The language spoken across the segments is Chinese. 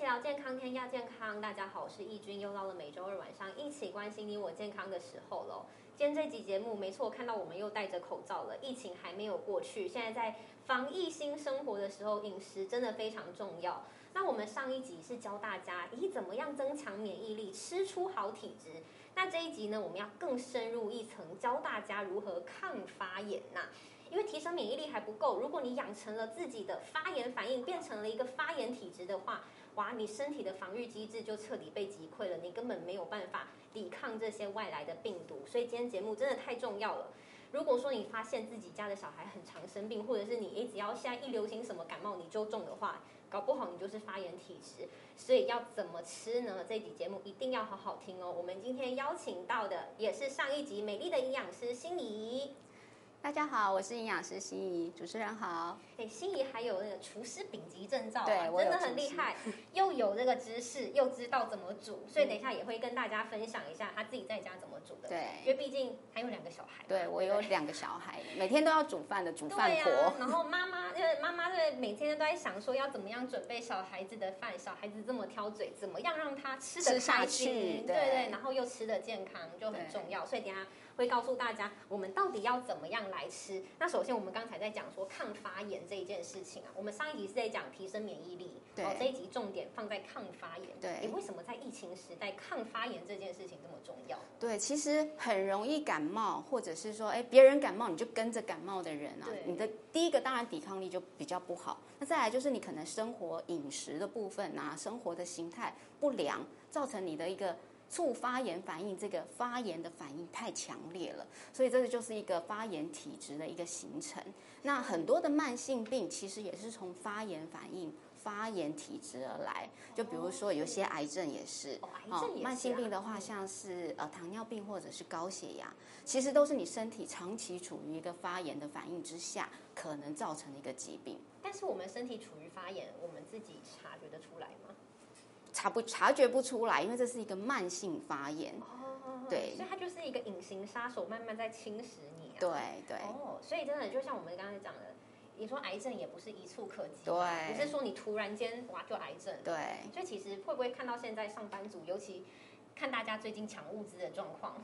聊健康，天下健康。大家好，我是易君，又到了每周二晚上一起关心你我健康的时候喽。今天这集节目，没错，看到我们又戴着口罩了，疫情还没有过去，现在在防疫新生活的时候，饮食真的非常重要。那我们上一集是教大家，咦，怎么样增强免疫力，吃出好体质。那这一集呢，我们要更深入一层，教大家如何抗发炎呐、因为提升免疫力还不够，如果你养成了自己的发炎反应，变成了一个发炎体质的话，哇，你身体的防御机制就彻底被击溃了，你根本没有办法抵抗这些外来的病毒。所以今天节目真的太重要了。如果说你发现自己家的小孩很常生病，或者是你诶只要现在一流行什么感冒你就中的话，搞不好你就是发炎体质。所以要怎么吃呢？这集节目一定要好好听哦。我们今天邀请到的也是上一集美丽的营养师心仪，大家好，我是营养师心怡，主持人好。哎，心仪还有那个厨师丙级证照、啊，对我真有的很厨厉师 害，又有这个知识，又知道怎么煮，所以等一下也会跟大家分享一下他自己在家怎么煮的。，因对，为毕竟还有两个小孩嘛，对我不有两个小孩，每天都要煮饭的煮饭对呀、婆。然后妈妈就是妈妈，就是每天都在想说要怎么样准备小孩子的饭，小孩子这么挑嘴，怎么样让他吃的吃下开心，去对对然后又吃的健康就很对重要。所以等一下会告诉大家我们到底要怎么样来吃。那首先我们刚才在讲说抗发炎这一件事情啊，我们上一集是在讲提升免疫力，对哦，这一集重点放在抗发炎。对你为什么在疫情时代抗发炎这件事情这么重要？对，其实很容易感冒，或者是说，哎，别人感冒你就跟着感冒的人啊对，你的第一个当然抵抗力就比较不好。那再来就是你可能生活饮食的部分啊，生活的形态不良，造成你的一个促发炎反应，这个发炎的反应太强烈了，所以这个就是一个发炎体质的一个形成。那很多的慢性病其实也是从发炎反应。发炎体质而来，就比如说有些癌症也是，哦，癌好，症也是、啊慢性病的嗯话，像是呃糖尿病或者是高血压，其实都是你身体长期处于一个发炎的反应之下，可能造成的一个疾病。但是我们身体处于发炎，我们自己察觉得出来吗？察不察觉不出来，因为这是一个慢性发炎。哦对所以它就是一个隐形杀手，慢慢在侵蚀你、啊。对对哦，所以真的就像我们刚才讲的，你说癌症也不是一触可及，对不是哦说你突然间哇就癌症。对，所以其实会不会看到现在上班族，尤其看大家最近抢物资的状 况，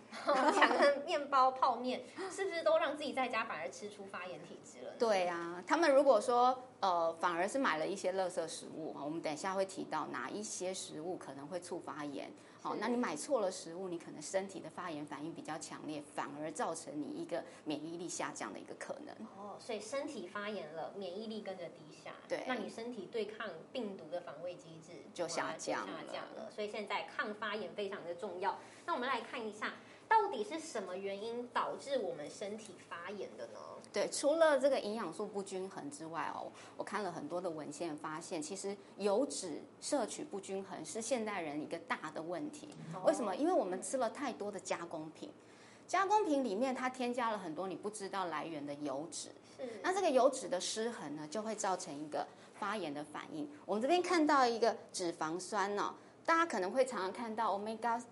抢面包、泡面，是不是都让自己在家反而吃出发炎体质了呢？对啊，他们如果说呃，反而是买了一些垃圾食物啊，我们等一下会提到哪一些食物可能会触发炎。好、是那你买错了食物，你可能身体的发炎反应比较强烈，反而造成你一个免疫力下降的一个可能。哦，所以身体发炎了，免疫力跟着低下，对那你身体对抗病毒的防卫机制就下哇降下了降了。所以现在抗发炎非常的重要。那我们来看一下，到底是什么原因导致我们身体发炎的呢？对，除了这个营养素不均衡之外哦，我看了很多的文献，发现其实油脂摄取不均衡是现代人一个大的问题。为什么？哦因为我们吃了太多的加工品，加工品里面它添加了很多你不知道来源的油脂，是？那这个油脂的失衡呢，就会造成一个发炎的反应。我们这边看到一个脂肪酸呢、大家可能会常常看到 omega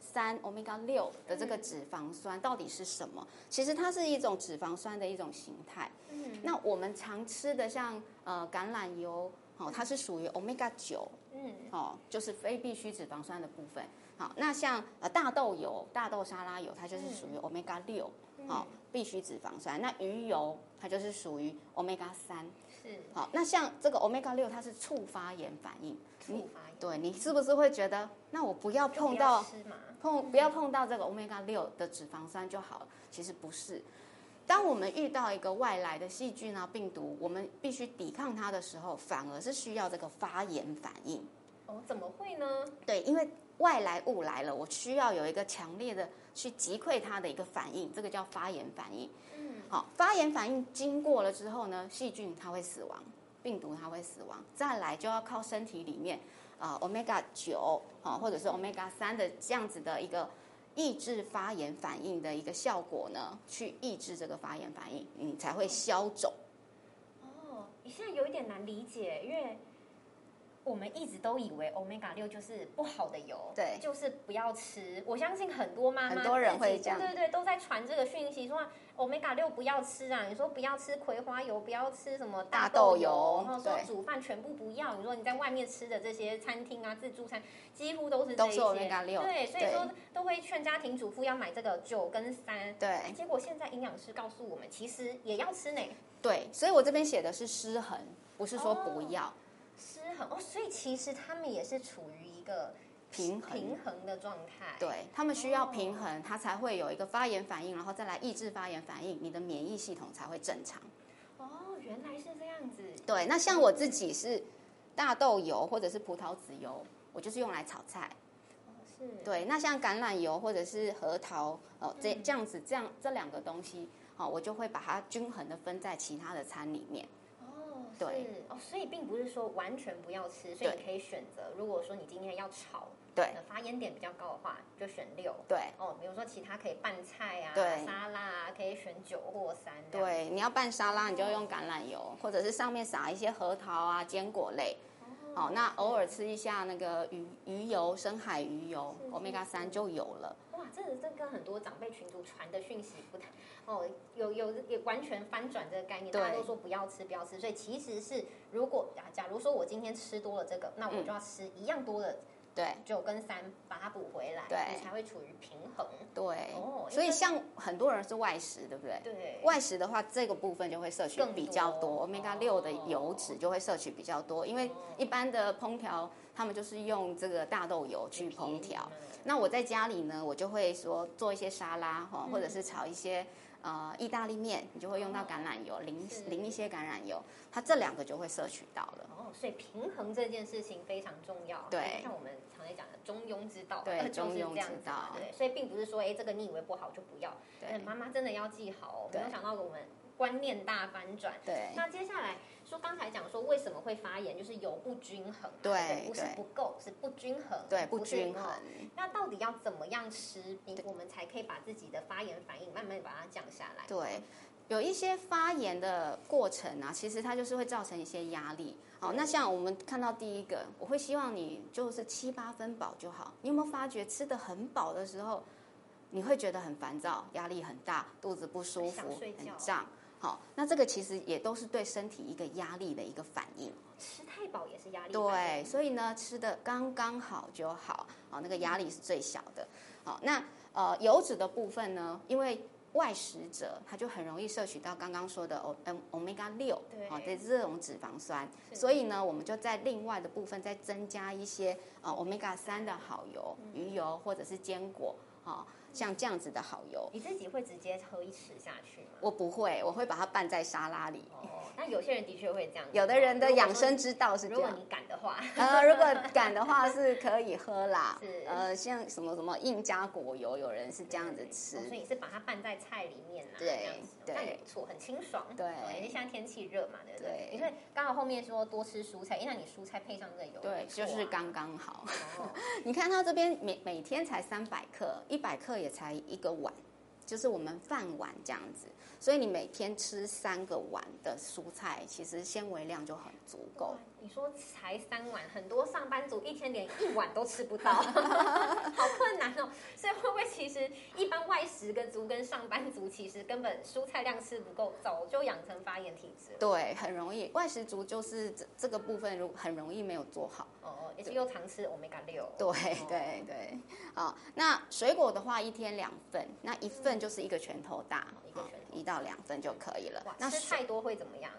三、omega 六的这个脂肪酸到底是什么？其实它是一种脂肪酸的一种形态。嗯那我们常吃的像呃橄榄油，哦，它是属于 omega 九，嗯，哦，就是非必需脂肪酸的部分。好，那像呃大豆油、大豆沙拉油，它就是属于 omega 六、嗯哦，必需脂肪酸。那鱼油它就是属于 omega 三。是好，那像这个 omega 六，它是触发炎反应。触发炎，对你是不是会觉得，那我不要碰到就不要吃嘛？碰不要碰到这个 omega 六的脂肪酸就好了。其实不是，当我们遇到一个外来的细菌啊、病毒，我们必须抵抗它的时候，反而是需要这个发炎反应。哦，怎么会呢？对，因为外来物来了，我需要有一个强烈的去击溃它的一个反应，这个叫发炎反应。嗯，好，发炎反应经过了之后呢，细菌它会死亡，病毒它会死亡，再来就要靠身体里面啊、呃、omega 九啊或者是 omega 三的这样子的一个。抑制发炎反应的一个效果呢，去抑制这个发炎反应，你才会消肿。哦，你现在有一点难理解，因为我们一直都以为 omega 六就是不好的油，对就是不要吃。我相信很多妈妈、很多人会自己这样对对对，都在传这个讯息说啊 omega 六不要吃啊，你说不要吃葵花油，不要吃什么大豆豆油然后说对煮饭全部不要。你说你在外面吃的这些餐厅啊、自助餐，几乎都是这都一是些。 omega 六，对，所以说都会劝家庭主妇要买这个九跟三。对结果现在营养师告诉我们，其实也要吃呢，对，所以我这边写的是失衡，不是说不要、失衡哦，所以其实他们也是处于一个平衡。平衡的状态。对他们需要平衡，它才会有一个发炎反应，然后再来抑制发炎反应，你的免疫系统才会正常。哦，原来是这样子。对，那像我自己是大豆油或者是葡萄籽油，我就是用来炒菜。哦，是。对，那像橄榄油或者是核桃，哦，嗯这这样子，这样这两个东西，哦，我就会把它均衡的分在其他的餐里面。哦，是对哦，所以并不是说完全不要吃，所以对你可以选择。如果说你今天要炒，对呃，发烟点比较高的话，就选六。对哦，比如说其他可以拌菜啊，对沙拉啊，可以选九或三。，对，哦你要拌沙拉，你就用橄榄油，或者是上面撒一些核桃啊、坚果类。哦，那偶尔吃一下那个鱼鱼油、深海鱼油是是，omega 三就有了。哇，这这跟很多长辈群组传的讯息不太哦，有有也完全翻转这个概念，对大家都说不要吃，不要吃，所以其实是如果啊，假如说我今天吃多了这个，那我嗯就要吃一样多的对九跟三，把它补回来，对你才会处于平衡。对，哦所因为以像很多人是外食，对不对？对，外食的话，这个部分就会摄取更比较多多，omega 六的哦油脂就会摄取比较多，因为一般的烹调他们就是用这个大豆油去烹调。那我在家里呢，我就会说做一些沙拉哈，嗯或者是炒一些呃意大利面，你就会用到橄榄油，淋是淋一些橄榄油，它这两个就会摄取到了。哦，所以平衡这件事情非常重要。哎对像我们常在讲的中庸之道，对 就是中庸这样之子嘛道对，所以并不是说，哎，这个你以为不好就不要。哎对妈妈真的要记好哦，没对有想到我们观念大翻转。对那接下来说，刚才讲说为什么会发炎，就是油不均衡嘛，对不是对不够，是不均衡，对，不不均衡是。哦。那到底要怎么样吃，你我们才可以把自己的发炎反应慢慢把它降下来？对，有一些发炎的过程啊，其实它就是会造成一些压力。好，那像我们看到第一个，我会希望你就是七八分饱就好。你有没有发觉吃的很饱的时候，你会觉得很烦躁、压力很大、肚子不舒想服、睡觉很胀？好，那这个其实也都是对身体一个压力的一个反应。吃太饱也是压力反对，应，所以呢，吃的刚刚好就好，好、那个压力是最小的。好、那呃油脂的部分呢，因为外食者他就很容易摄取到刚刚说的 O M omega 六，对好、这这种脂肪酸，是所以呢，我们就在另外的部分再增加一些呃 omega 三的好油，嗯鱼油或者是坚果，好、像这样子的好油，你自己会直接喝一匙下去吗？我不会，我会把它拌在沙拉里。哦，那有些人的确会这样子哦，有的人的如果说养生之道是你，这如果样。你敢的话，呃，如果敢的话是可以喝 啦是。呃，像什么什么印加果油，有人是这样子吃哦。所以你是把它拌在菜里面啦，对这样子哦对那也不错，很清爽。对哦因为现在天气热嘛，对不对？对你看刚好后面说多吃蔬菜，诶那你蔬菜配上这个油，对不，错就啊是刚刚好。 哦，你看它这边每每天才三百克，一百克也才一个碗，就是我们饭碗这样子。所以你每天吃三个碗的蔬菜，其实纤维量就很足够哇。你说才三碗，很多上班族一天连一碗都吃 不到，好困难哦。所以会不会其实一般外食跟族跟上班族其实根本蔬菜量吃不够，早就养成发炎体质了。对，很容易。外食族就是这这个部分，如很容易没有做好。哦，而且又常吃 omega 六。对对对，啊、那水果的话一天两份，那一份就是一个拳头大，哦一个拳头一到两份就可以了哇。，那吃水太多会怎么样？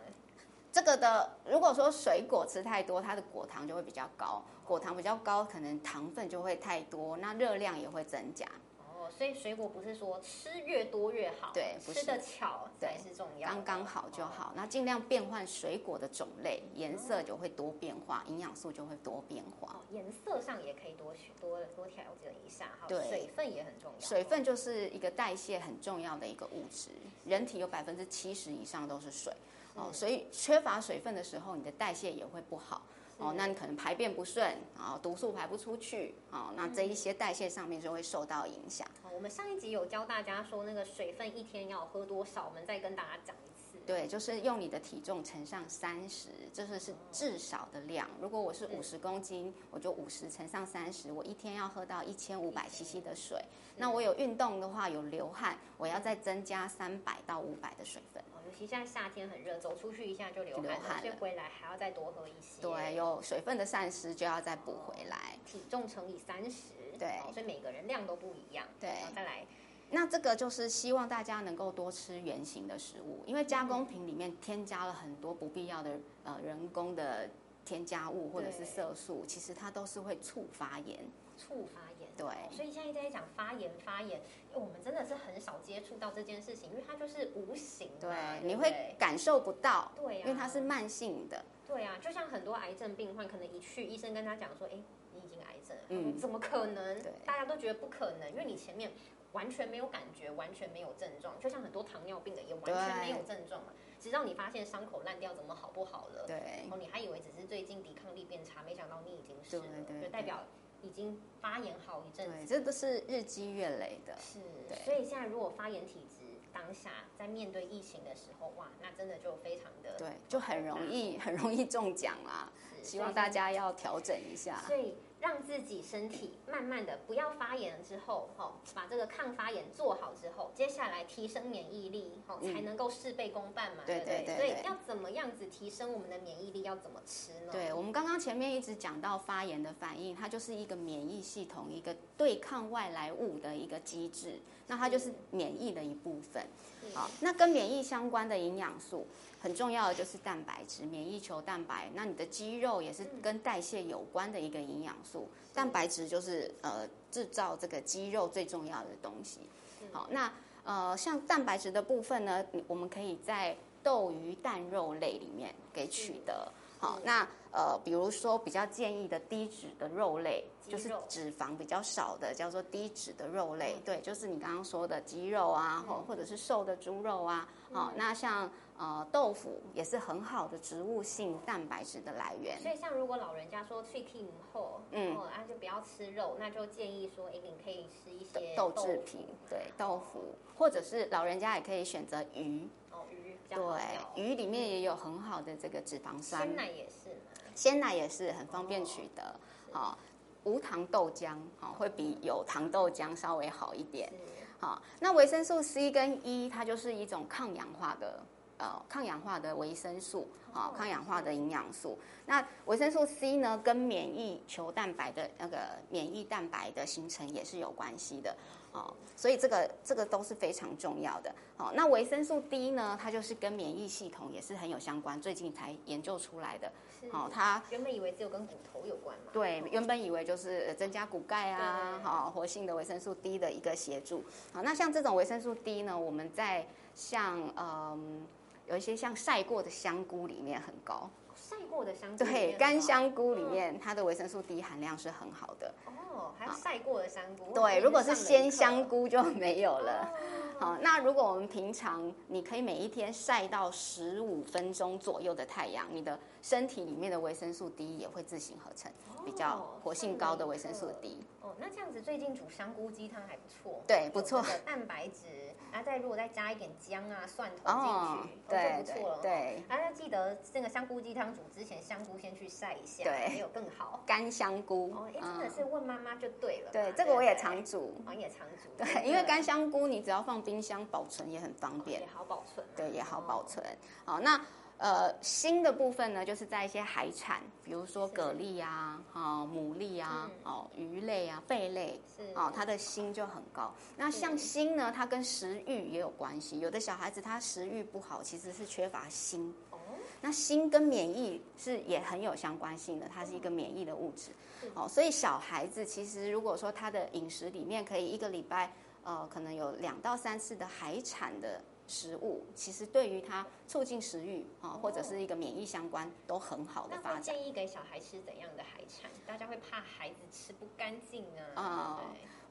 这个的，如果说水果吃太多，它的果糖就会比较哦高，果糖比较高，可能糖分就会太多，那热量也会增加。哦，所以水果不是说吃越多越好，对不是吃的巧才是重要的，刚刚好就哦。好，那尽量变换水果的种类，颜色就会多变化，营养素就会多变化。哦，颜色上也可以多去多多调整一下哈，对水分也很重要，水分就是一个代谢很重要的一个物质，人体有百分之七十以上都是水。哦，所以缺乏水分的时候，你的代谢也会不好。哦，那你可能排便不顺，啊、毒素排不出去，哦，那这一些代谢上面就会受到影响。哦。我们上一集有教大家说那个水分一天要喝多少，我们再跟大家讲一次。对，就是用你的体重乘上三十，这是是至少的量。如果我是五十公斤，我就五十乘上三十，我一天要喝到一千五百 CC 的水。那我有运动的话，有流汗，我要再增加三百到五百的水分。哦，尤其现在夏天很热，走出去一下就流汗流汗了，了所以回来还要再多喝一些。对，，有水分的散失就要再补回来。体重乘以三十，对哦所以每个人量都不一样。对然后再来，那这个就是希望大家能够多吃原形的食物，因为加工品里面添加了很多不必要的呃人工的添加物或者是对色素，其实它都是会触发炎。促发炎。对哦所以现在在讲发炎，发炎，因为我们真的是很少接触到这件事情，因为它就是无形嘛。对，不你会感受不到，对啊，因为它是慢性的。对啊，就像很多癌症病患，可能一去医生跟他讲说，哎，你已经癌症了，嗯嗯，怎么可能对？大家都觉得不可能，因为你前面完全没有感觉，完全没有症状，就像很多糖尿病的也完全没有症状嘛，直到你发现伤口烂掉，怎么好不好了？对然后你还以为只是最近抵抗力变差，没想到你已经是了，对对就代表已经发炎好一阵子。对，这都是日积月累的。是对，所以现在如果发炎体质当下在面对疫情的时候，哇，那真的就非常的对，就很容易很容易中奖啦。是希所望以大家要调整一下。所以让自己身体慢慢的不要发炎之后，哈、把这个抗发炎做好之后，接下来提升免疫力，哈、嗯才能够事倍功半嘛，对不对所对对以要怎么样子提升我们的免疫力？要怎么吃呢？对，我们刚刚前面一直讲到发炎的反应，它就是一个免疫系统一个对抗外来物的一个机制，那它就是免疫的一部分。是，好，那跟免疫相关的营养素很重要的就是蛋白质，免疫球蛋白。那你的肌肉也是跟代谢有关的一个营养素，蛋白质就是呃制造这个肌肉最重要的东西。嗯好，那呃像蛋白质的部分呢，你我们可以在豆鱼蛋肉类里面给取嗯得。好是，那呃，比如说比较建议的低脂的肉类，鸡就是肉脂肪比较少的，叫做低脂的肉类嗯。对，就是你刚刚说的鸡肉啊，或、或者是瘦的猪肉啊。嗯好、那像呃豆腐也是很好的植物性蛋白质的来源。所以像如果老人家说脆皮后，嗯嗯，啊就不要吃肉，那就建议说，哎，你可以吃一豆些豆制腐品，对豆腐，或者是老人家也可以选择鱼，哦鱼比较好对料，鱼里面也有很好的这个脂肪酸鲜，奶也是嘛，鲜奶也是很方便取得，好、无糖豆浆好、会比有糖豆浆稍微好一点，是好、那维生素 C 跟 E 它就是一种抗氧化的。呃，抗氧化的维生素，好、哦抗氧化的营养素。那维生素 C 呢，跟免疫球蛋白的那个免疫蛋白的形成也是有关系的。哦，所以这个这个都是非常重要的。哦，那维生素 D 呢，它就是跟免疫系统也是很有相关，最近才研究出来的。是哦，它原本以为只有跟骨头有关嘛，对原本以为就是呃增加骨钙啊，对好、活性的维生素 D 的一个协助。好，那像这种维生素 D 呢，我们在像嗯。有一些像晒过的香菇里面很高，哦晒过的香菇嗯里面嗯对，的干话香菇里面它的维生素 D 含量是很好的。哦，还有晒过的香菇。啊对，如果是鲜香菇，菇就没有了。哦好，那如果我们平常你可以每一天晒到十五分钟左右的太阳，你的身体里面的维生素 D 也会自行合成比较活性高的维生素 D。哦，那这样子最近煮香菇鸡汤还不错，对不错有那个蛋白质，然后再如果再加一点姜啊、蒜头哦进去，，对哦就不错了。对对，大家记得这个香菇鸡汤煮之前，香菇先去晒一下，对没有更好。干香菇嗯哦，哎，真的是问妈妈就对了嘛。对，这个我也好常煮。像也常煮。真对，的因为干香菇你只要放冰箱保存也很方哦便也。好保存嘛，对，也好哦保存。好，那呃新的部分呢，就是在一些海产，比如说是蛤蜊啊、哦牡蛎啊、嗯哦鱼类啊、贝类。是哦，它的锌就很高。那像嗯锌呢，它跟食欲也有关系。有的小孩子他食欲不好，其实是缺乏锌。哦，那锌跟免疫是也很有相关性的，它是一个免疫的物质嗯。哦，所以小孩子其实如果说他的饮食里面可以一个礼拜，呃，可能有两到三次的海产的食物，其实对于他促进食欲啊、哦哦或者是一个免疫相关都很好的那发会展。建议给小孩吃怎样的海产？大家会怕孩子吃不干净啊？哦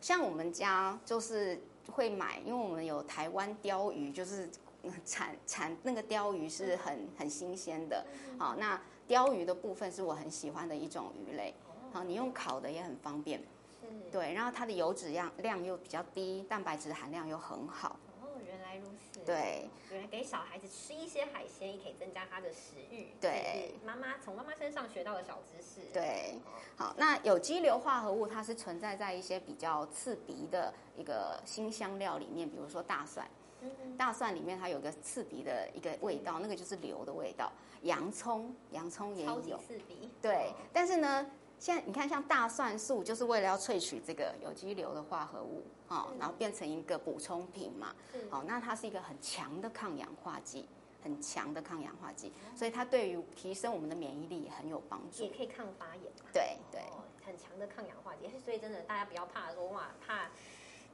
像我们家就是会买，因为我们有台湾鲷鱼，就是嗯产产那个鲷鱼是很很新鲜的。嗯好、那鲷鱼的部分是我很喜欢的一种鱼类。好，你用烤的也很方便，对不对，哦是对，然后它的油脂量量又比较低，蛋白质含量又很好，哦，原来如此。对，原来给小孩子吃一些海鲜，也可以增加他的食欲。对，妈妈从妈妈身上学到的小知识。对哦，好，那有机硫化合物它是存在在一些比较刺鼻的一个新香料里面，比如说大蒜，嗯，大蒜里面它有个刺鼻的一个味道，那个就是硫的味道。洋葱，洋葱也超级有，刺鼻。对哦，但是呢，现在你看像大蒜素，就是为了要萃取这个有机硫的化合物，哦，嗯然后变成一个补充品嘛。是哦，那它是一个很强的抗氧化剂，很强的抗氧化剂，所以它对于提升我们的免疫力也很有帮助也。可以抗发炎嘛。对对，哦，很强的抗氧化剂，所以真的大家不要怕说哇怕。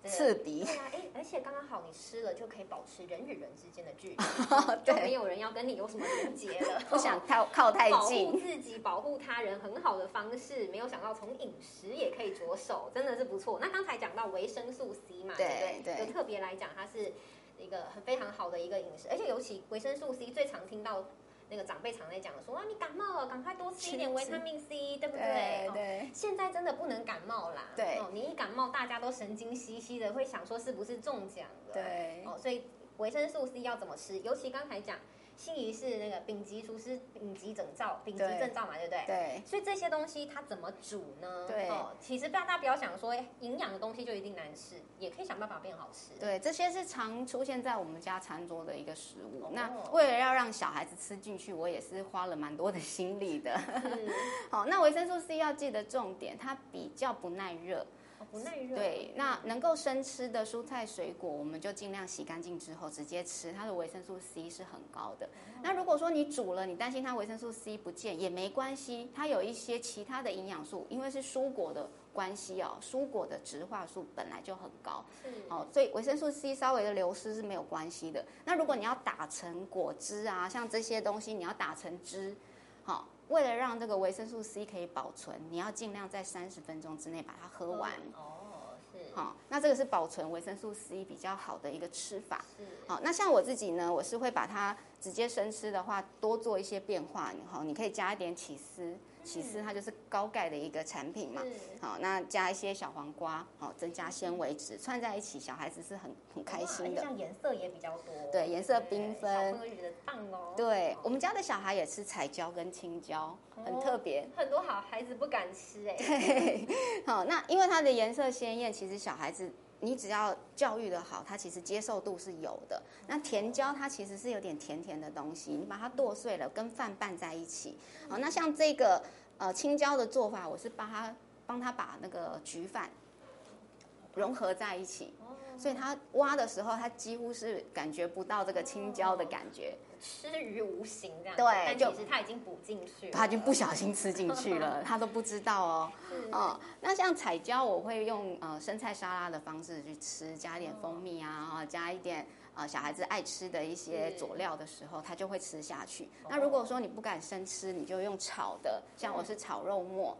这个刺鼻，对啊，哎、而且刚刚好你吃了就可以保持人与人之间的距离，就没 对，有人要跟你有什么连结了。 不 想靠靠太保护近。自己、保护他人很好的方式，没有想到从饮食也可以着手，真的是不错。那刚才讲到维生素 C 嘛，对对不对就特别来讲，它是一个很非常好的一个饮食，而且尤其维生素 C 最常听到那个长辈常在讲说啊，你感冒了，赶快多吃一点吃维他命 C，对不对哦对现在真的不能感冒啦，对哦，你一感冒，大家都神经兮兮的，会想说是不是中奖了？对哦，所以维生素 C 要怎么吃？尤其刚才讲，心仪是那个丙级厨师丙级证照，丙级对证照嘛，对不对？对所以这些东西它怎么煮呢？对哦，其实大家不要想说哎营养的东西就一定难吃，也可以想办法变好吃。对，这些是常出现在我们家餐桌的一个食物。那哦为了要让小孩子吃进去，我也是花了蛮多的心力的。 是，好，那维生素 C 要记得重点，它比较不耐热。哦不耐热。对，那能够生吃的蔬菜水果，我们就尽量洗干净之后直接吃，它的维生素 C 是很高的。哦那如果说你煮了，你担心它维生素 C 不见也没关系，它有一些其他的营养素，因为是蔬果的关系哦，蔬果的植化素本来就很高是哦，所以维生素 C 稍微的流失是没有关系的。那如果你要打成果汁啊，像这些东西你要打成汁，好、为了让这个维生素 C 可以保存，你要尽量在三十分钟之内把它喝完。哦，是好、那这个是保存维生素 C 比较好的一个吃法。是好、那像我自己呢，我是会把它直接生吃的话，多做一些变化。你好、你可以加一点起司，起司它就是高钙的一个产品嘛。是。好、那加一些小黄瓜，好、增加纤维质，串在一起，小孩子是很很开心的。像颜色也比较多，对颜色对缤小纷朋友觉得棒哦。对我们家的小孩也吃彩椒跟青椒，很特别。哦很多好孩子不敢吃哎、好，那因为它的颜色鲜艳，其实小孩子你只要教育的好，他其实接受度是有的。那甜椒它其实是有点甜甜的东西，你把它剁碎了，跟饭拌在一起。好，那像这个呃青椒的做法，我是帮它帮它把那个焗饭融合在一起。哦所以它挖的时候，它几乎是感觉不到这个青椒的感觉，吃于无形这样子，对但就其实他已经补进去了，它就不小心吃进去了，它都不知道哦。是哦，那像彩椒，我会用呃生菜沙拉的方式去吃，加一点蜂蜜啊，哈加一点呃小孩子爱吃的一些是佐料的时候，他就会吃下去。哦嗯那如果说你不敢生吃，你就用炒的，像我是炒肉末，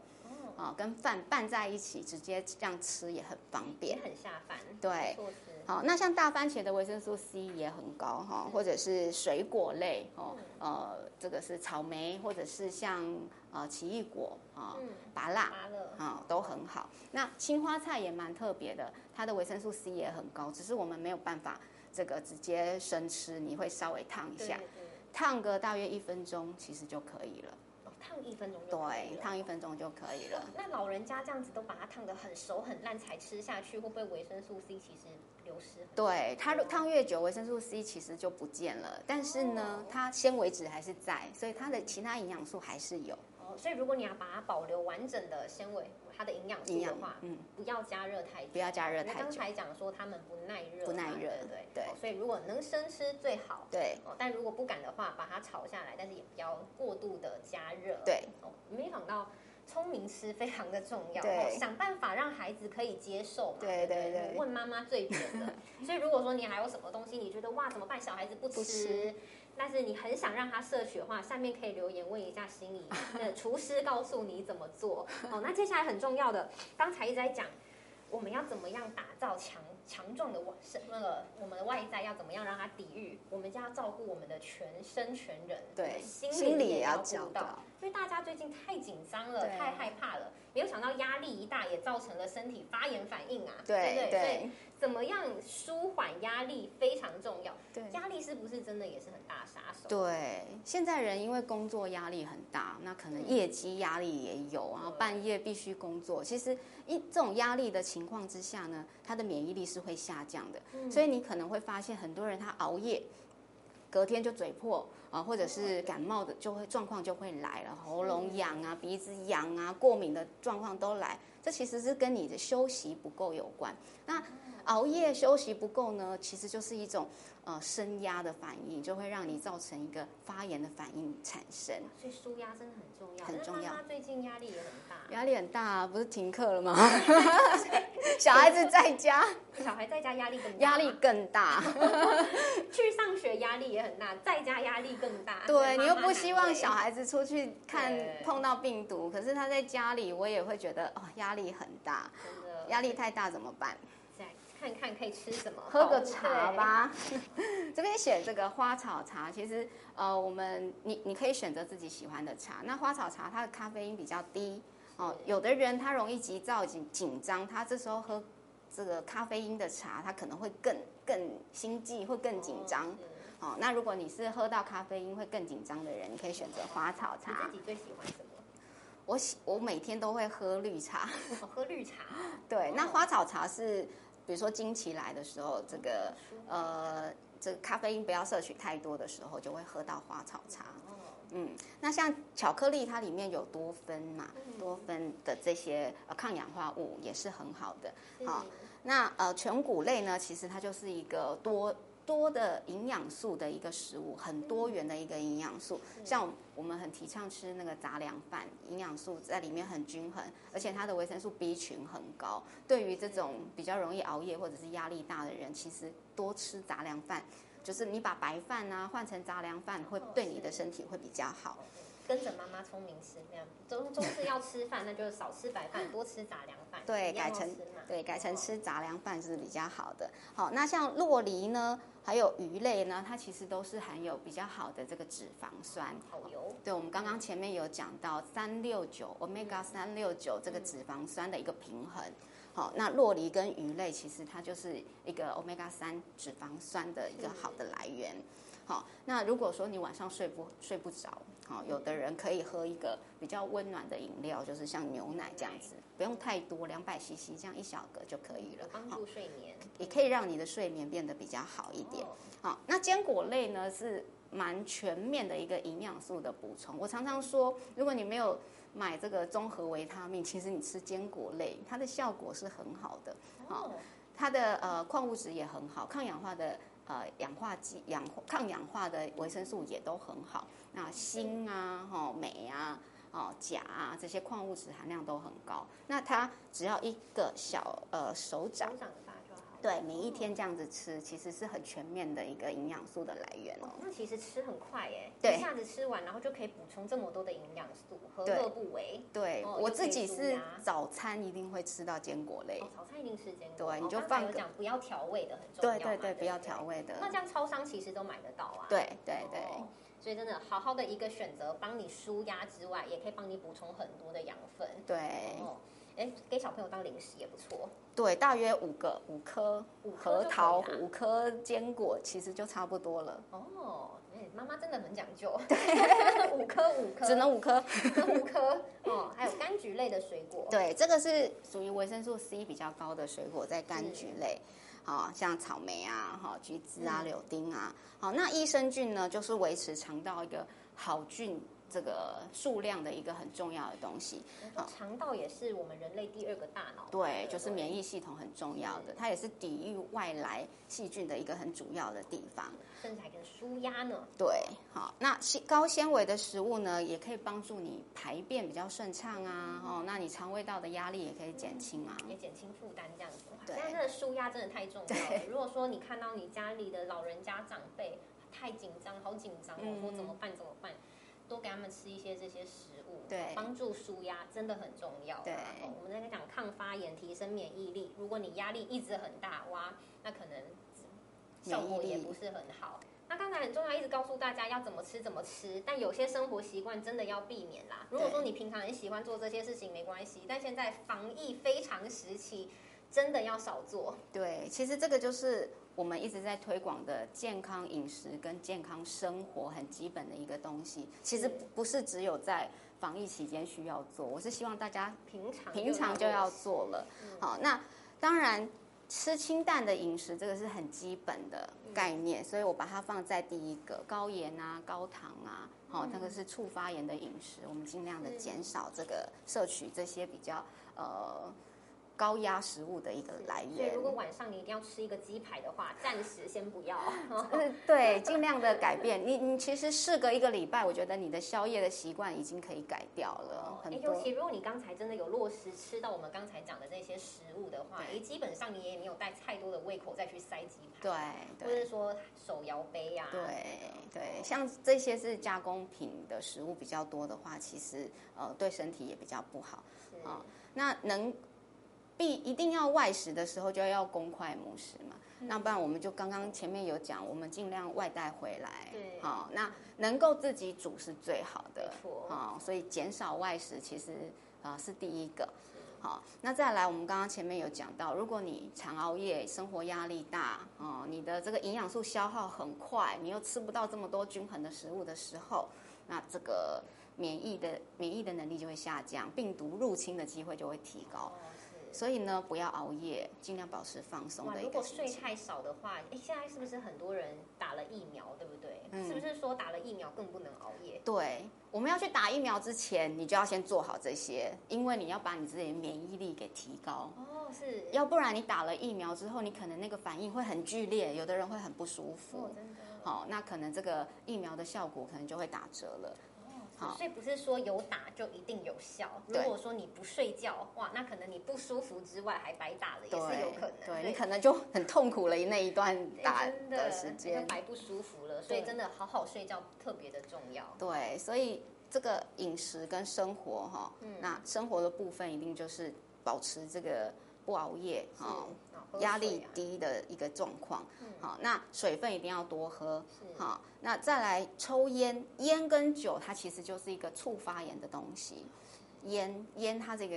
哦啊、跟饭拌在一起，直接这样吃也很方也便。很下饭，对哦不错吃好，那像大番茄的维生素 C 也很高哈，或者是水果类哦，嗯呃，这个是草莓，或者是像呃奇异果啊、嗯芭乐。麻了，啊、都很好。那青花菜也蛮特别的，它的维生素 C 也很高，只是我们没有办法这个直接生吃，你会稍微烫一对下，对对烫个大约一分钟其实就可以了。哦烫一分钟就可以对，了烫一分钟就可以了。那老人家这样子都把它烫得很熟很烂才吃下去，会不会维生素 C 其实流失很？对它如烫越久，维生素 C 其实就不见了，但是呢哦，它纤维质还是在，所以它的其他营养素还是有哦，所以如果你要把它保留完整的纤维，它的营养素营养的话，，嗯，不要加热太久不。要加热因为太刚久。才讲说他们不耐热嘛，不耐热对对对哦所以如果能生吃最好。对哦，但如果不敢的话，把它炒下来，但是也不要过度的加热。，对哦，没想到聪明吃非常的重要，对哦想办法让孩子可以接受嘛。对对对对你问妈妈最准 的。所以如果说你还有什么东西，你觉得哇怎么办，小孩子不吃，不吃但是你很想让他摄取的话，下面可以留言问一下心仪，呃，厨师告诉你怎么 做。哦，那接下来很重要的，刚才一直在讲。我们要怎么样打造强强壮的外身那个我们的外在要怎么样让它抵御？我们就要照顾我们的全身全人，对，心心理理也也要要顾教到。导。因为大家最近太紧张了，对太害怕了，没有想到压力一大也造成了身体发炎反应啊，对不对？所以对怎么样舒缓压力非常重要，对压力是不是真的也是很大杀手？对，现在人因为工作压力很大，那可能嗯业绩压力也有，然后对半夜必须工作。其实一这种压力的情况之下呢，他的免疫力是会下降的，嗯所以你可能会发现很多人他熬夜，隔天就嘴破啊，或者是感冒的就会状况就会来了，喉咙痒啊、鼻子痒啊、过敏的状况都来。这其实是跟你的休息不够有关。啊那熬夜休息不够呢，其实就是一种呃升压的反应，就会让你造成一个发炎的反应产生。所以舒压真的很重要。很但是重要妈妈最近压力也很大，压力很大、啊，不是停课了吗？ 小孩子在家，小孩在家压力更大，压力更大。去上学压力也很大，在家压力更大。对妈你妈又不希望小难孩子出去看对碰到病毒，可是他在家里，我也会觉得哦，压力很大为，真的压力太大怎么办？再看看可以吃什么，喝好个茶。吧。 这边写这个花草茶，其实呃，我们你你可以选择自己喜欢的茶。那花草茶它的咖啡因比较低哦，有的人他容易急躁紧紧张，他这时候喝这个咖啡因的茶，他可能会更更心悸，会对更紧张。哦哦，那如果你是喝到咖啡因会更紧张的人，你可以选择花草是茶你。自己最喜欢什么？我喜我每天都会喝绿茶，我喝绿 茶。对哦，那花草茶是比如说经期来的时候，这个呃这个咖啡因不要摄取太多的时候，就会喝到花草茶。哦，嗯，那像巧克力它里面有多酚嘛，嗯多酚的这些呃抗氧化物也是很好的。是好那呃，全谷类呢，其实它就是一个多多的营养素的一个食物，很多元的一个营养素。是像我们很提倡吃那个杂粮饭，营养素在里面很均衡，而且它的维生素 B 群很高。对于这嗯种比较容易熬夜或者是压力大的人，其实多吃杂粮饭。就是你把白饭啊换成杂粮饭，会哦对你是的身体会比较好。跟着妈妈聪明吃，那样中中式要吃饭，那就少吃白饭，多吃杂粮饭。对一样改成要吃嘛哦对，改成吃杂粮饭是比较好的。好，那像洛梨呢，还有鱼类呢，它其实都是含有比较好的这个脂肪酸。好油。对，我们刚刚前面有讲到三六九 omega 三六九这个脂肪酸的一个平衡。好，那洛梨跟鱼类其实它就是一个 omega 三脂肪酸的一个好的来源。好，那如果说你晚上睡不睡不着，好，有的人可以喝一个比较温暖的饮料，就是像牛奶这样子，不用太多，两百 CC 这样一小格就可以了有。帮好，助睡眠，也可以让你的睡眠变得比较好一点。哦好，那坚果类呢是蛮全面的一个营养素的补充。我常常说，如果你没有买这个综合维他命，其实你吃坚果类，它的效果是很好的，好哦它的呃矿物质也很好，抗氧化的。呃，氧化剂、氧抗氧化的维生素也都很好，那锌啊、哈、镁啊、哦钾啊这些矿物质含量都很高。那它只要一个小呃手掌。手掌大就好。对，每一哦天这样子吃，其实是很全面的一个营养素的来源哦哦。那其实吃很快耶，对一下子吃完，然后就可以补充这么多的营养素，何对乐不为？对、哦又我可自以己舒是压早餐一定会吃到坚果类，哦，炒菜一定吃坚果。对你就哦刚才放有个讲不要调味的很重要对嘛。对对，不不要调味的那，这样超商其实都买得到啊。对对对哦所以真的好好的一个选择，帮你舒压之外，也可以帮你补充很多的养分。对哦，哎，给小朋友当零食也不错。对，大约五个五颗五颗核就可以桃，啦五颗坚果，其实就差不多了，哦，哎，妈妈真的很讲究。 五颗五颗，只能五颗。五颗。哦，还有柑橘类的水果。对，这个是属于维生素 C 比较高的水果，在柑橘类，好、像草莓啊、哈、橘子啊、嗯柳丁啊，好，那益生菌呢，就是维持肠道一个好菌这个数量的一个很重要的东西。那肠道也是我们人类第二个大脑。对，就是不免疫系统很重要的，它也是抵御外来细菌的一个很主要的地方。甚至还跟舒压呢。对，好，那纤高纤维的食物呢，也可以帮助你排便比较顺畅啊，哦，那你肠胃道的压力也可以减轻啊。也减轻负担这样子。哇对现在真的舒压真的太重要了。如果说你看到你家里的老人家长辈太紧张，好紧张哦，嗯说怎么办怎么办，多给他们吃一些这些食物，对帮助舒压真的很重要啊。对哦我们在讲抗发炎、提升免疫力，如果你压力一直很大，哇，那可能效果免疫也力不是很好。那刚才很重要，一直告诉大家要怎么吃怎么吃，但有些生活习惯真的要避免啦。如果说你平常很喜欢做这些事情没关系，但现在防疫非常时期，真的要少做。对，其实这个就是我们一直在推广的健康饮食跟健康生活很基本的一个东西。其实是不不是只有在防疫期间需要做，我是希望大家平常平常就要啊做做了。嗯好，那当然吃清淡的饮食这个是很基本的嗯概念，所以我把它放在第一个，高盐啊、高糖啊，好、那个是触发炎的饮食，我们尽量的嗯减少这个摄取这些比较呃高压食物的一个来所以源如。果晚上你一定要吃一个鸡排的话，暂时先不 要。嗯，对，尽量的改变。你你其实试个一个礼拜，我觉得你的宵夜的习惯已经可以改掉了哦诶呃很尤多。其如果你刚才真的有落实吃到我们刚才讲的这些食物的话，也基本上你也没有带太多的胃口再去塞鸡排，对或对者说手摇杯啊呀、对对，像这些是加工品的食物比较多的话，其实呃对身体也比较不好。是哦那能必一定要外食的时候，就要公筷母食嘛。嗯那不然我们就刚刚前面有讲，我们尽量外带回来。对好、那能够自己煮是最好的没。错好、所以减少外食其实啊、呃是第一个。好，那再来，我们刚刚前面有讲到，如果你常熬夜，生活压力大，哦、你的这个营养素消耗很快，你又吃不到这么多均衡的食物的时候，那这个免疫的免疫的能力就会下降，病毒入侵的机会就会提高。哦是所以呢，不要熬夜，尽量保持放松哇，的一如个果心睡情。太少的话，哎，现在是不是很多人打了疫苗，对不对？嗯是不是说打了疫苗更不能熬夜？对，我们要去打疫苗之前，你就要先做好这些，因为你要把你自己的免疫力给提高。哦，是，要不然你打了疫苗之后，你可能那个反应会很剧烈，有的人会很不哦舒服，。真的，好、那可能这个疫苗的效果可能就会打折了。哦，所以不是说有打就一定有效。如对果说你不睡觉，哇，那可能你不舒服之外还白打了，也对是有可能。对你可能就很痛苦了那一段诶 打真的时就间。白不舒服了，所以对真的好好睡觉特别的重要。对，所以这个饮食跟生活哈、嗯那生活的部分一定就是保持这个不熬夜哈、是哦喝压水力啊低的一个状况嗯。好、那水分一定要多喝。是好，那再来抽烟，烟跟酒它其实就是一个促发炎的东西。烟烟它这个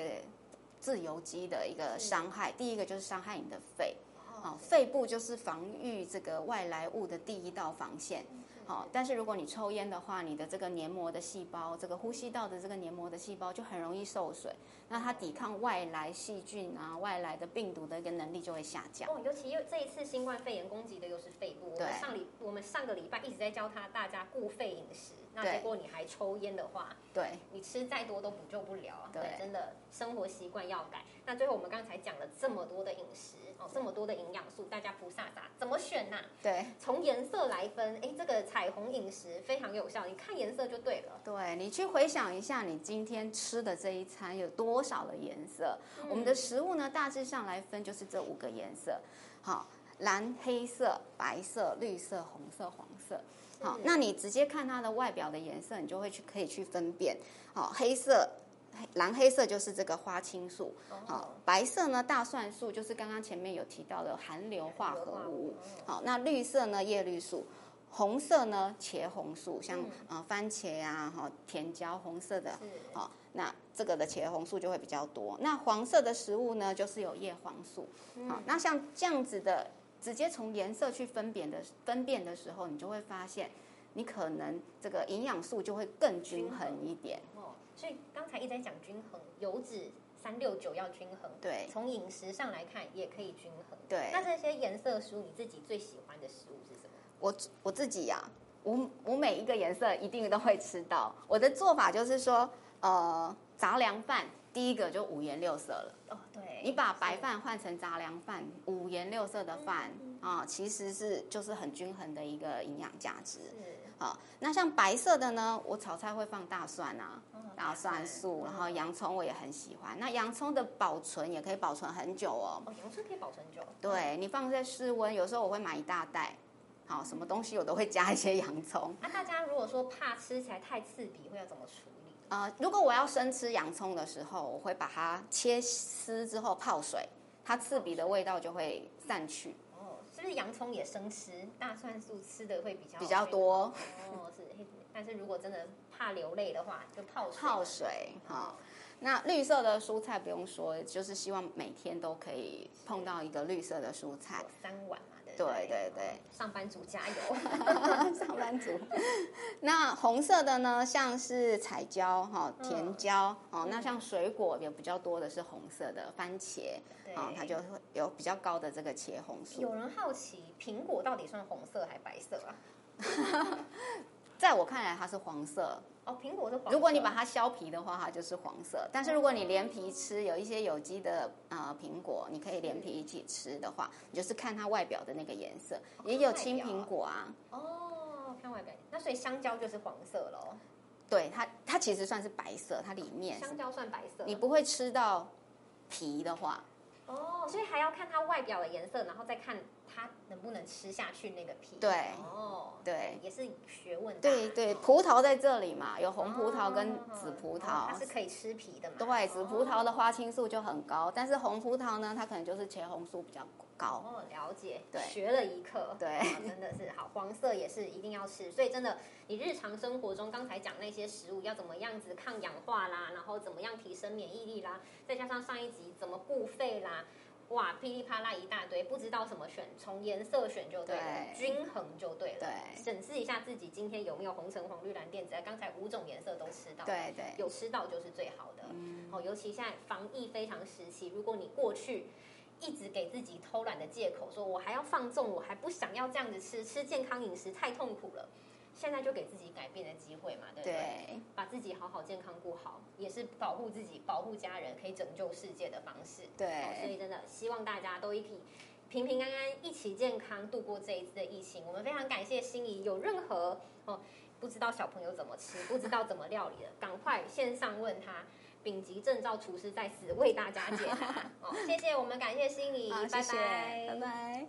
自由基的一个是伤害，第一个就是伤害你的肺。好，哦，肺部就是防御这个外来物的第一道防线。嗯好，但是如果你抽烟的话，你的这个黏膜的细胞，这个呼吸道的这个黏膜的细胞就很容易受损，那它抵抗外来细菌啊、外来的病毒的一个能力就会下降。哦，尤其又这一次新冠肺炎攻击的又是肺部，我对们上礼我们上个礼拜一直在教他大家顾肺饮食，那对结果你还抽烟的话，对，你吃再多都补救不了啊。对真的生活习惯要改。那最后我们刚才讲了这么多的饮食哦，这么多的营养素，大家菩萨啥怎么选呐、对，从颜色来分，哎，这个彩虹饮食非常有效，你看颜色就对了。对你去回想一下，你今天吃的这一餐有多少的颜色？嗯我们的食物呢，大致上来分就是这五个颜色，好，蓝、黑色、白色、绿色、红色、黄色。好嗯，那你直接看它的外表的颜色，你就会去可以去分辨。好，黑色。黑蓝黑色就是这个花青素，好、哦，白色呢大蒜素就是刚刚前面有提到的含硫化合物，好、那绿色呢叶绿素，红色呢茄红素，像、嗯呃番茄啊，哈、甜椒红色的，是好、那这个的茄红素就会比较多。那黄色的食物呢，就是有叶黄素，好、嗯那像这样子的，直接从颜色去分辨的分辨的时候，你就会发现。你可能这个营养素就会更均衡一点，哦，所以刚才一直在讲均衡，油脂三六九要均衡，对从饮食上来看也可以均衡。对那这些颜色食物，你自己最喜欢的食物是什么？我我自己呀、我我每一个颜色一定都会吃到。我的做法就是说，呃，杂粮饭第一个就五颜六色了。哦，对你把白饭换成杂粮饭，五颜六色的饭啊、其实是就是很均衡的一个营养价值。是好，那像白色的呢，我炒菜会放大蒜啊，嗯大蒜素，嗯然后洋葱我也很喜欢。那洋葱的保存也可以保存很久哦。哦，洋葱可以保存久。对你放在室温，有时候我会买一大袋，好，什么东西我都会加一些洋葱。那、大家如果说怕吃起来太刺鼻，会要怎么处理？呃，如果我要生吃洋葱的时候，我会把它切丝之后泡水，它刺鼻的味道就会散去。哦，是不是是洋葱也生吃，大蒜素吃的会比较比较多哦，是。但是如果真的怕流泪的话，就泡水泡水哈。那绿色的蔬菜不用说，就是希望每天都可以碰到一个绿色的蔬 菜。有三碗嘛，对不对对对对，上班族加 油。上班族。那红色的呢，像是彩椒哈、嗯甜椒、哦，嗯那像水果也比较多的是红色的番茄对，哦，它就会有比较高的这个茄红素。有人好奇苹果到底算红色还白色啊？在我看来，它是黄色。哦，苹果是黄色。如果你把它削皮的话，它就是黄色。但是如果你连皮吃，有一些有机的呃苹果，你可以连皮一起吃的话，你就是看它外表的那个颜色。哦也看有外青表苹啊果啊，哦，看外表，那所以香蕉就是黄色喽。对它它其实算是白色，它里面是香蕉算白色。你不会吃到皮的话，哦，所以还要看它外表的颜色，然后再看它能不能吃下去那个皮。对哦，对也是学问大。对对，哦葡萄在这里嘛，有红葡萄跟哦紫葡哦萄它。是可以吃皮的嘛？对，紫葡萄的哦花青素就很高，但是红葡萄呢，它可能就是茄红素比较高。哦，了解，对学了一课，对啊真的是好，黄色也是一定要吃，所以真的，你日常生活中刚才讲那些食物要怎么样子抗氧化啦，然后怎么样提升免疫力啦，再加上上一集怎么固肺啦。哇，噼里啪啦一大堆，不知道什么选，从颜色选就对了，对均衡就对了。对审视一下自己今天有没有红橙黄绿蓝靛紫，刚才五种颜色都吃到了。对对，有吃到就是最好的。哦，尤其现在防疫非常时期，如果你过去一直给自己偷懒的借口，说我还要放纵，我还不想要这样子吃，吃健康饮食太痛苦了。现在就给自己改变的机会嘛，对不对？对把自己好好健康顾好，也是保护自己、保护家人，可以拯救世界的方式。哦所对以真的希望大家都一起平平安安、一起健康度过这一次的疫情。我们非常感谢心仪，有任何哦不知道小朋友怎么吃、不知道怎么料理的，赶快线上问他。丙级证照厨师在此为大家解答。哦，谢谢，我们感谢心仪，好，拜谢谢，拜拜。